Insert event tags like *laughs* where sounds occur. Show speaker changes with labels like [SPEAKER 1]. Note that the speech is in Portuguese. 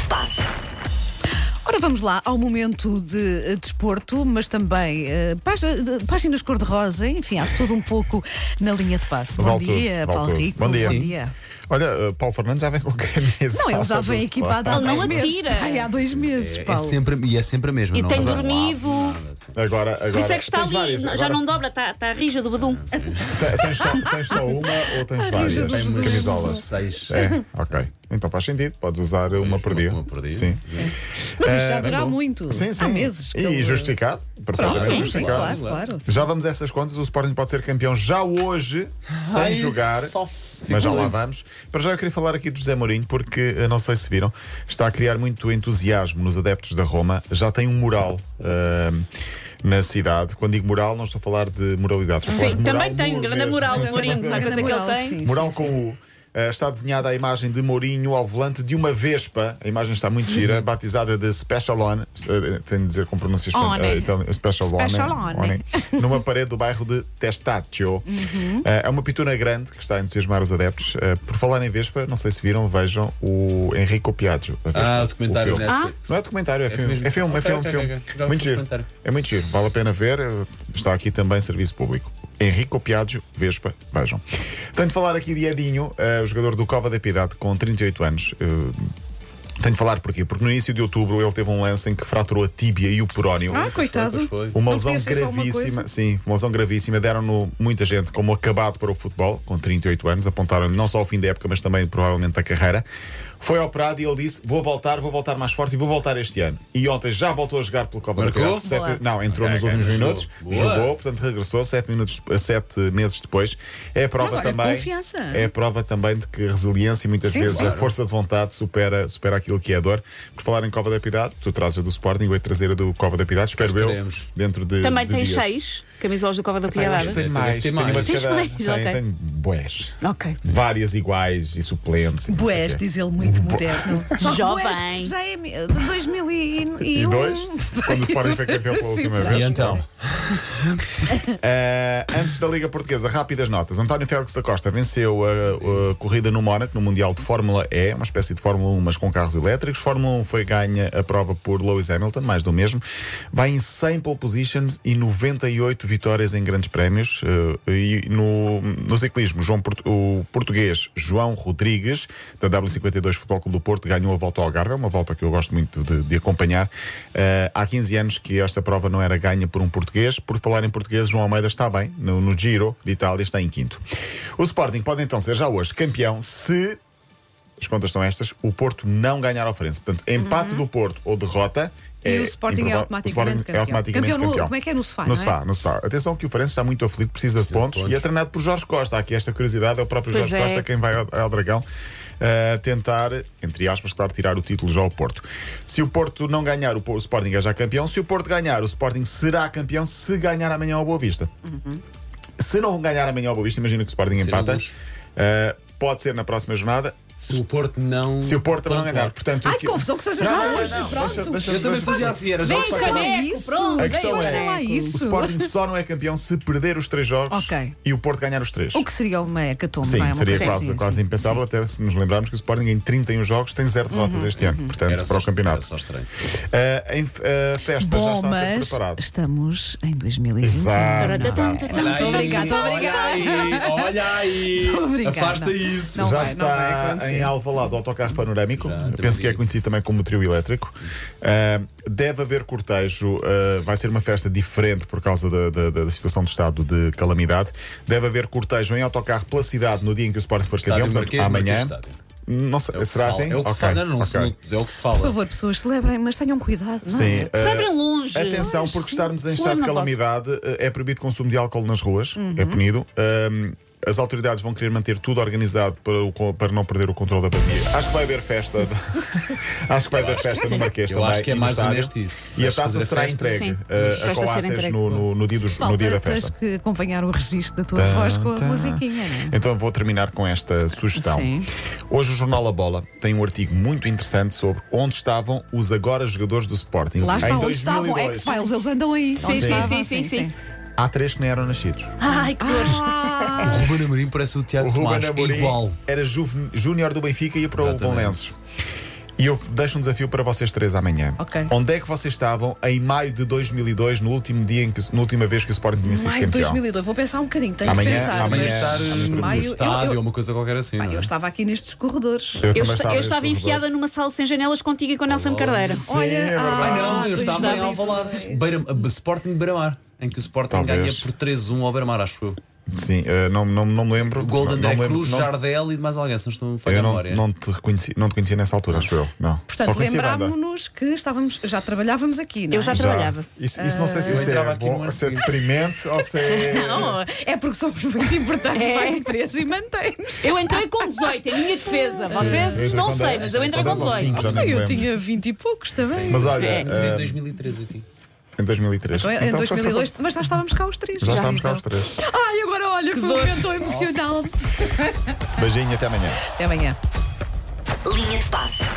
[SPEAKER 1] se passe.
[SPEAKER 2] Ora, vamos lá ao momento de eh, desporto, mas também eh, página- de- páginas cor-de-rosa, enfim, há tudo um pouco na linha de passo. Bom
[SPEAKER 3] Vale tudo,
[SPEAKER 2] dia,
[SPEAKER 3] vale
[SPEAKER 2] Paulo
[SPEAKER 3] tudo.
[SPEAKER 2] Rico.
[SPEAKER 3] Bom dia. Olha, uh, Paulo Fernandes já vem com camisa.
[SPEAKER 2] Não, ele já vem equipado há
[SPEAKER 1] Ele não
[SPEAKER 2] dois meses.
[SPEAKER 1] atira.
[SPEAKER 2] Ai, há dois meses,
[SPEAKER 4] É, é
[SPEAKER 2] Paulo.
[SPEAKER 4] sempre, e é sempre a mesma.
[SPEAKER 1] E
[SPEAKER 4] não
[SPEAKER 1] tem
[SPEAKER 4] há- não há
[SPEAKER 1] dormido.
[SPEAKER 4] nada, sim.
[SPEAKER 3] Agora, agora.
[SPEAKER 1] Por isso é que está
[SPEAKER 3] tens
[SPEAKER 1] ali,
[SPEAKER 3] várias,
[SPEAKER 1] já
[SPEAKER 3] agora
[SPEAKER 1] não dobra, está tá rija do bedum.
[SPEAKER 3] te- Tens só, tens só uma
[SPEAKER 2] *laughs*
[SPEAKER 3] ou tens várias
[SPEAKER 2] rija dos dois.
[SPEAKER 3] camisolas?
[SPEAKER 4] Seis.
[SPEAKER 3] É, ok. Então faz sentido, podes usar uma por dia.
[SPEAKER 4] Uma por dia.
[SPEAKER 3] Sim.
[SPEAKER 2] Mas isto
[SPEAKER 1] é
[SPEAKER 2] já
[SPEAKER 3] Eh,
[SPEAKER 2] dura há muito.
[SPEAKER 3] Sim, sim.
[SPEAKER 2] Há meses. que
[SPEAKER 3] E
[SPEAKER 2] ele-
[SPEAKER 3] justificado.
[SPEAKER 2] Pronto,
[SPEAKER 3] Perfeitamente
[SPEAKER 2] sim, sim,
[SPEAKER 3] justificado.
[SPEAKER 2] claro, claro.
[SPEAKER 3] Já vamos a essas contas. O Sporting pode ser campeão já hoje, sem
[SPEAKER 4] Ai,
[SPEAKER 3] jogar.
[SPEAKER 4] só se-
[SPEAKER 3] Mas já
[SPEAKER 4] fico
[SPEAKER 3] lá
[SPEAKER 4] livre.
[SPEAKER 3] vamos. Para já eu queria falar aqui do José Mourinho, porque eh, não sei se viram, está a criar muito entusiasmo nos adeptos da Roma. Já tem um mural ahm, na cidade. Quando digo moral, não estou a falar de moralidade. Estou a falar
[SPEAKER 1] Sim,
[SPEAKER 3] de moral
[SPEAKER 1] também tem
[SPEAKER 3] nu
[SPEAKER 1] grande
[SPEAKER 3] mesmo.
[SPEAKER 1] moral de
[SPEAKER 2] Tem
[SPEAKER 1] Mourinho,
[SPEAKER 2] grande
[SPEAKER 1] sabe a coisa que ele
[SPEAKER 2] moral,
[SPEAKER 1] tem?
[SPEAKER 2] sim.
[SPEAKER 3] Mural com o. eh, está desenhada a imagem de Mourinho ao volante de uma Vespa. A imagem está muito
[SPEAKER 2] Uhum.
[SPEAKER 3] gira, batizada de Special On. eh, Tenho de dizer com pronúncia espan-
[SPEAKER 2] One.
[SPEAKER 3] eh, itali- Special,
[SPEAKER 2] Special
[SPEAKER 3] One.
[SPEAKER 2] One.
[SPEAKER 3] Numa parede do bairro de Testaccio.
[SPEAKER 2] Uhum.
[SPEAKER 3] Eh, é uma pintura grande que está a entusiasmar os adeptos. Eh, por falar em Vespa, não sei se viram, vejam o Enrico Piaggio. a Vespa,
[SPEAKER 4] Ah, o documentário
[SPEAKER 3] filme.
[SPEAKER 4] Netflix.
[SPEAKER 3] Não é documentário, é, filme.
[SPEAKER 4] mesmo.
[SPEAKER 3] É filme, é
[SPEAKER 4] Ok,
[SPEAKER 3] filme,
[SPEAKER 4] ok,
[SPEAKER 3] filme.
[SPEAKER 4] ok. Já
[SPEAKER 3] Muito
[SPEAKER 4] fiz
[SPEAKER 3] giro.
[SPEAKER 4] comentário.
[SPEAKER 3] É muito giro, vale a pena ver. eh, Está aqui também serviço público. Henrico Piaggio, Vespa, vejam. Tenho de falar aqui de Edinho, eh, o jogador do Cova da Piedade, com 38 anos. eh, tenho de falar porquê? Porque no início de outubro ele teve um lance em que fraturou a tíbia e o perónio.
[SPEAKER 2] Ah, coitado.
[SPEAKER 4] Pois foi.
[SPEAKER 3] Uma
[SPEAKER 2] Não
[SPEAKER 3] lesão
[SPEAKER 2] podia ser só uma
[SPEAKER 3] gravíssima,
[SPEAKER 2] coisa?
[SPEAKER 3] sim, uma lesão gravíssima. Deram-no muita gente como acabado para o futebol, com 38 anos. Apontaram não só o fim da época, mas também provavelmente a carreira. Foi operado e ele disse: Vou voltar, vou voltar mais forte e vou voltar este ano. E ontem já voltou a jogar pelo Copa
[SPEAKER 4] Marcou?
[SPEAKER 3] da Piedade. Sete-
[SPEAKER 2] Boa.
[SPEAKER 3] Não, entrou
[SPEAKER 4] Ok,
[SPEAKER 3] nos
[SPEAKER 4] ok,
[SPEAKER 3] últimos
[SPEAKER 4] jogou.
[SPEAKER 3] minutos,
[SPEAKER 4] Boa.
[SPEAKER 3] jogou, portanto regressou sete, minutos, sete meses depois. É a prova
[SPEAKER 2] Mas olha,
[SPEAKER 3] também.
[SPEAKER 2] confiança.
[SPEAKER 3] É a prova também de que a resiliência e muitas
[SPEAKER 2] Sim,
[SPEAKER 3] vezes a
[SPEAKER 2] claro.
[SPEAKER 3] força de vontade supera, supera aquilo que é a dor. Por falar em Cova da Piedade, tu trazes a do Sporting, eu vou trazer a do Cova da Piedade, espero eu,
[SPEAKER 4] estaremos.
[SPEAKER 3] dentro de.
[SPEAKER 1] Também
[SPEAKER 3] de
[SPEAKER 1] tem
[SPEAKER 3] dias.
[SPEAKER 1] seis camisolas do Cova da
[SPEAKER 3] Ah, eu acho
[SPEAKER 1] Piedade.
[SPEAKER 3] que Tenho
[SPEAKER 4] Deve
[SPEAKER 3] mais,
[SPEAKER 4] ter
[SPEAKER 3] tenho
[SPEAKER 4] mais.
[SPEAKER 3] uma de
[SPEAKER 1] Tens
[SPEAKER 3] cada.
[SPEAKER 1] mais,
[SPEAKER 3] Tenho,
[SPEAKER 1] ok.
[SPEAKER 3] tenho bués.
[SPEAKER 1] Ok.
[SPEAKER 3] Várias iguais e suplentes. e não sei
[SPEAKER 2] Boés,
[SPEAKER 3] o quê.
[SPEAKER 2] diz ele muito
[SPEAKER 3] *laughs*
[SPEAKER 2] moderno. Só que
[SPEAKER 1] Jovem.
[SPEAKER 2] Boés Já é mi- de 2001. *laughs*
[SPEAKER 3] E dois, quando o Sporting foi campeão pela última vez.
[SPEAKER 4] E então?
[SPEAKER 3] Eh, antes da Liga Portuguesa, rápidas notas. António Félix da Costa venceu a, a corrida no Mónaco, no Mundial de Fórmula E, uma espécie de Fórmula 1, mas com carros elétricos. Fórmula 1 foi ganha a prova por Lewis Hamilton, mais do mesmo. Vai em 100 pole positions e 98 vitórias em grandes prémios. Eh, e no, no ciclismo, João Portu- o português João Rodrigues, da W52 Futebol Clube do Porto, ganhou a volta ao Algarve. É uma volta que eu gosto muito de, de acompanhar. Eh, há 15 anos que esta prova não era ganha por um português. Por falar em português, João Almeida está bem. No, no Giro de Itália está em quinto. O Sporting pode então ser já hoje campeão se. As contas são estas: o Porto não ganhar ao Farense. Portanto, empate do Porto ou derrota.
[SPEAKER 2] Uhum. E
[SPEAKER 3] é
[SPEAKER 2] o Sporting é
[SPEAKER 3] improva-
[SPEAKER 2] automaticamente
[SPEAKER 3] o Sporting
[SPEAKER 2] campeão.
[SPEAKER 3] É automaticamente
[SPEAKER 2] Campeão no-
[SPEAKER 3] campeão.
[SPEAKER 2] como é que é? No sofá,
[SPEAKER 3] No
[SPEAKER 2] não é?
[SPEAKER 3] sofá, no sofá. Atenção que o Farense está muito aflito, precisa, de, pontos,
[SPEAKER 4] pontos.
[SPEAKER 3] e é treinado por Jorge Costa. Há aqui esta curiosidade: é o próprio
[SPEAKER 1] Pois
[SPEAKER 3] Jorge
[SPEAKER 1] é.
[SPEAKER 3] Costa quem vai ao, ao Dragão eh, tentar, entre aspas, claro, tirar o título já ao Porto. Se o Porto não ganhar, o, Po- o Sporting é já campeão. Se o Porto ganhar, o Sporting será campeão se ganhar amanhã ao Boa Vista.
[SPEAKER 2] Uhum.
[SPEAKER 3] Se não ganhar amanhã ao Boa Vista, imagina que o Sporting
[SPEAKER 4] Será
[SPEAKER 3] empata.
[SPEAKER 4] luz.
[SPEAKER 3] eh, pode ser na próxima jornada,
[SPEAKER 4] Se o Porto não.
[SPEAKER 3] se o Porto não
[SPEAKER 4] pontuar.
[SPEAKER 3] ganhar. Portanto, o
[SPEAKER 2] Ai,
[SPEAKER 3] que-
[SPEAKER 2] confusão que seja
[SPEAKER 3] Não,
[SPEAKER 2] já
[SPEAKER 3] não,
[SPEAKER 2] hoje.
[SPEAKER 3] não, deixa-
[SPEAKER 2] Pronto.
[SPEAKER 3] deixa-
[SPEAKER 4] Eu também fazia assim, era
[SPEAKER 1] Vem,
[SPEAKER 4] jogos para
[SPEAKER 1] caneco,
[SPEAKER 4] ganhar.
[SPEAKER 1] pronto,
[SPEAKER 3] A
[SPEAKER 1] vem,
[SPEAKER 3] questão
[SPEAKER 1] poxa lá
[SPEAKER 3] é,
[SPEAKER 2] isso.
[SPEAKER 3] o Sporting só não é campeão se perder os três jogos
[SPEAKER 2] Ok.
[SPEAKER 3] e o Porto ganhar os três.
[SPEAKER 2] O que seria uma hecatombe?
[SPEAKER 3] Sim,
[SPEAKER 2] não é? Uma
[SPEAKER 3] seria
[SPEAKER 2] coisa
[SPEAKER 3] quase,
[SPEAKER 2] assim,
[SPEAKER 3] quase
[SPEAKER 2] sim.
[SPEAKER 3] impensável, até se nos lembrarmos que o Sporting em 31 jogos tem zero derrotas este ano, portanto,
[SPEAKER 4] Uhum, Era só-
[SPEAKER 3] para o campeonato.
[SPEAKER 4] era só estranho.
[SPEAKER 3] Ah, em ah, festa já
[SPEAKER 2] Bom,
[SPEAKER 3] está a ser
[SPEAKER 2] mas
[SPEAKER 3] preparado.
[SPEAKER 2] estamos em 2021.
[SPEAKER 3] Exato.
[SPEAKER 1] Taratam, taratam.
[SPEAKER 4] Olha aí,
[SPEAKER 2] obrigada,
[SPEAKER 4] olha
[SPEAKER 2] obrigada.
[SPEAKER 4] aí, Olha aí.
[SPEAKER 2] Muito obrigada.
[SPEAKER 4] Afasta isso.
[SPEAKER 2] Não
[SPEAKER 3] já
[SPEAKER 2] vai, não vai
[SPEAKER 3] está
[SPEAKER 2] acontecer.
[SPEAKER 3] em Alvalade o autocarro panorâmico,
[SPEAKER 4] também
[SPEAKER 3] penso que é
[SPEAKER 4] digo.
[SPEAKER 3] conhecido também como trio elétrico. Ah, deve haver cortejo, ah, vai ser uma festa diferente por causa da, da- da situação do estado de calamidade. Deve haver cortejo em autocarro pela cidade no dia em que o Sporting for
[SPEAKER 4] Estádio
[SPEAKER 3] campeão, portanto,
[SPEAKER 4] Marquês,
[SPEAKER 3] amanhã.
[SPEAKER 4] Marquês Estádio.
[SPEAKER 3] Não sei,
[SPEAKER 4] É o que se
[SPEAKER 3] será
[SPEAKER 4] fala.
[SPEAKER 3] assim?
[SPEAKER 4] É o que se
[SPEAKER 3] Ok,
[SPEAKER 4] fala. Não, não se-
[SPEAKER 3] ok.
[SPEAKER 4] É o que se fala.
[SPEAKER 2] Por favor, pessoas celebrem, mas tenham cuidado. Não é?
[SPEAKER 3] Sim, ah,
[SPEAKER 1] Celebrem longe.
[SPEAKER 3] Atenção,
[SPEAKER 1] Longe,
[SPEAKER 3] porque
[SPEAKER 1] sim.
[SPEAKER 3] estarmos em
[SPEAKER 1] Longe
[SPEAKER 3] estado de
[SPEAKER 1] não posso.
[SPEAKER 3] calamidade eh, é proibido consumo de álcool nas ruas, é punido. Ahm, as autoridades vão querer manter tudo organizado para, o co- para não perder o controle da pandemia. Acho que vai haver festa. acho que vai haver festa no Marquês
[SPEAKER 4] Eu
[SPEAKER 3] também.
[SPEAKER 4] acho que é
[SPEAKER 3] e no
[SPEAKER 4] mais
[SPEAKER 3] estádio.
[SPEAKER 4] honesto isso.
[SPEAKER 3] E a
[SPEAKER 4] Vais
[SPEAKER 3] taça
[SPEAKER 4] fazer a
[SPEAKER 3] será
[SPEAKER 4] festa.
[SPEAKER 3] entregue
[SPEAKER 1] Sim.
[SPEAKER 3] eh,
[SPEAKER 1] Festa
[SPEAKER 3] a
[SPEAKER 1] ser
[SPEAKER 3] Coates
[SPEAKER 1] entregue.
[SPEAKER 3] no, no- no dia, do, no dia
[SPEAKER 2] Paulo,
[SPEAKER 3] da festa.
[SPEAKER 2] tens que acompanhar o registro da tua voz com a musiquinha, não é?
[SPEAKER 3] Então eu vou terminar com esta sugestão.
[SPEAKER 2] Sim.
[SPEAKER 3] Hoje o Jornal A Bola tem um artigo muito interessante sobre onde estavam os agora jogadores do Sporting.
[SPEAKER 2] é? Lá
[SPEAKER 3] em
[SPEAKER 2] está, onde
[SPEAKER 3] 2002.
[SPEAKER 2] estavam? X-Files, eles andam aí. Onde
[SPEAKER 1] sim,
[SPEAKER 2] estavam,
[SPEAKER 1] sim, sim, sim.
[SPEAKER 3] Há três que nem eram nascidos.
[SPEAKER 1] Ai, que dor.
[SPEAKER 3] Ah,
[SPEAKER 4] O Ruben Amorim parece o
[SPEAKER 3] O
[SPEAKER 4] Tiago
[SPEAKER 3] Ruben
[SPEAKER 4] Tomás. É
[SPEAKER 3] Amorim
[SPEAKER 4] igual.
[SPEAKER 3] era juven- júnior do Benfica e ia para o
[SPEAKER 4] Exatamente.
[SPEAKER 3] Belenenses. E eu deixo um desafio para vocês três amanhã.
[SPEAKER 2] Ok.
[SPEAKER 3] Onde é que vocês estavam em maio de 2002, no último dia em que, na última vez que o Sporting tinha sido
[SPEAKER 2] Maio de
[SPEAKER 3] campeão?
[SPEAKER 2] 2002, vou pensar um bocadinho, tenho
[SPEAKER 3] Amanhã-
[SPEAKER 2] que pensar.
[SPEAKER 3] amanhã-
[SPEAKER 2] mas-
[SPEAKER 3] um
[SPEAKER 4] estar
[SPEAKER 3] amanhã
[SPEAKER 4] eh, no
[SPEAKER 2] Maio, eu-
[SPEAKER 4] estádio
[SPEAKER 2] eu-
[SPEAKER 4] ou uma coisa qualquer assim,
[SPEAKER 2] Pá,
[SPEAKER 4] não
[SPEAKER 2] eu
[SPEAKER 4] é?
[SPEAKER 2] estava aqui nestes corredores.
[SPEAKER 1] Eu,
[SPEAKER 3] Eu, também
[SPEAKER 1] esta-
[SPEAKER 3] estava
[SPEAKER 1] eu
[SPEAKER 3] nesse
[SPEAKER 1] estava
[SPEAKER 3] corredor.
[SPEAKER 1] enfiada numa sala sem janelas contigo e com Nelson Cardeira.
[SPEAKER 2] Olha,
[SPEAKER 3] é verdade.
[SPEAKER 4] Ah, não, eu
[SPEAKER 2] pois
[SPEAKER 4] estava em
[SPEAKER 2] bem,
[SPEAKER 4] Alvalade,
[SPEAKER 2] pois.
[SPEAKER 4] Beira, eh, Sporting Beira-Mar, em que o Sporting
[SPEAKER 3] Talvez.
[SPEAKER 4] ganha por 3-1 ao Beira-Mar, acho eu.
[SPEAKER 3] Sim, eh, não, não, não me lembro.
[SPEAKER 4] O gol
[SPEAKER 3] Não-
[SPEAKER 4] de
[SPEAKER 3] não
[SPEAKER 4] André
[SPEAKER 3] me lembro-
[SPEAKER 4] Cruz,
[SPEAKER 3] não-
[SPEAKER 4] Jardel e de mais alguém, se não estou a falhar
[SPEAKER 3] Eu
[SPEAKER 4] a
[SPEAKER 3] não,
[SPEAKER 4] memória.
[SPEAKER 3] não te reconheci, não te conhecia nessa altura, acho eu. Não. Só
[SPEAKER 2] Portanto,
[SPEAKER 3] conheci a banda.
[SPEAKER 2] lembrámonos que estávamos, já trabalhávamos aqui, não é?
[SPEAKER 1] Eu já
[SPEAKER 3] Já.
[SPEAKER 1] trabalhava.
[SPEAKER 3] Isso, isso não sei se
[SPEAKER 4] Eu
[SPEAKER 3] isso
[SPEAKER 4] entrava
[SPEAKER 3] é
[SPEAKER 4] aqui no
[SPEAKER 3] bom,
[SPEAKER 4] ano
[SPEAKER 3] se é
[SPEAKER 4] seguinte.
[SPEAKER 3] deprimente ou se é.
[SPEAKER 2] Não, é porque somos muito importantes
[SPEAKER 1] É.
[SPEAKER 2] para a empresa e mantém-nos.
[SPEAKER 1] Eu entrei com 18, em minha defesa. Vocês
[SPEAKER 3] Desde
[SPEAKER 1] não
[SPEAKER 3] quando
[SPEAKER 1] sei,
[SPEAKER 3] é-
[SPEAKER 1] mas eu entrei
[SPEAKER 3] quando
[SPEAKER 1] com
[SPEAKER 3] é que
[SPEAKER 1] 18.
[SPEAKER 3] vocês- Já nem me
[SPEAKER 2] eu
[SPEAKER 3] lembro.
[SPEAKER 2] tinha 20 e poucos também.
[SPEAKER 3] Mas olha,
[SPEAKER 1] É.
[SPEAKER 4] Tinha
[SPEAKER 3] eh,
[SPEAKER 4] em 2003 aqui.
[SPEAKER 3] em 2003.
[SPEAKER 2] Então, em
[SPEAKER 3] Então, foi- foi-
[SPEAKER 2] 2002, mas já estávamos cá os três.
[SPEAKER 3] Já estávamos cá
[SPEAKER 2] viram.
[SPEAKER 3] os três.
[SPEAKER 2] Ai, agora olha, foi um
[SPEAKER 1] dor.
[SPEAKER 2] momento tão emocional.
[SPEAKER 3] Beijinho, até amanhã.
[SPEAKER 2] Até amanhã.
[SPEAKER 5] Linha de passe.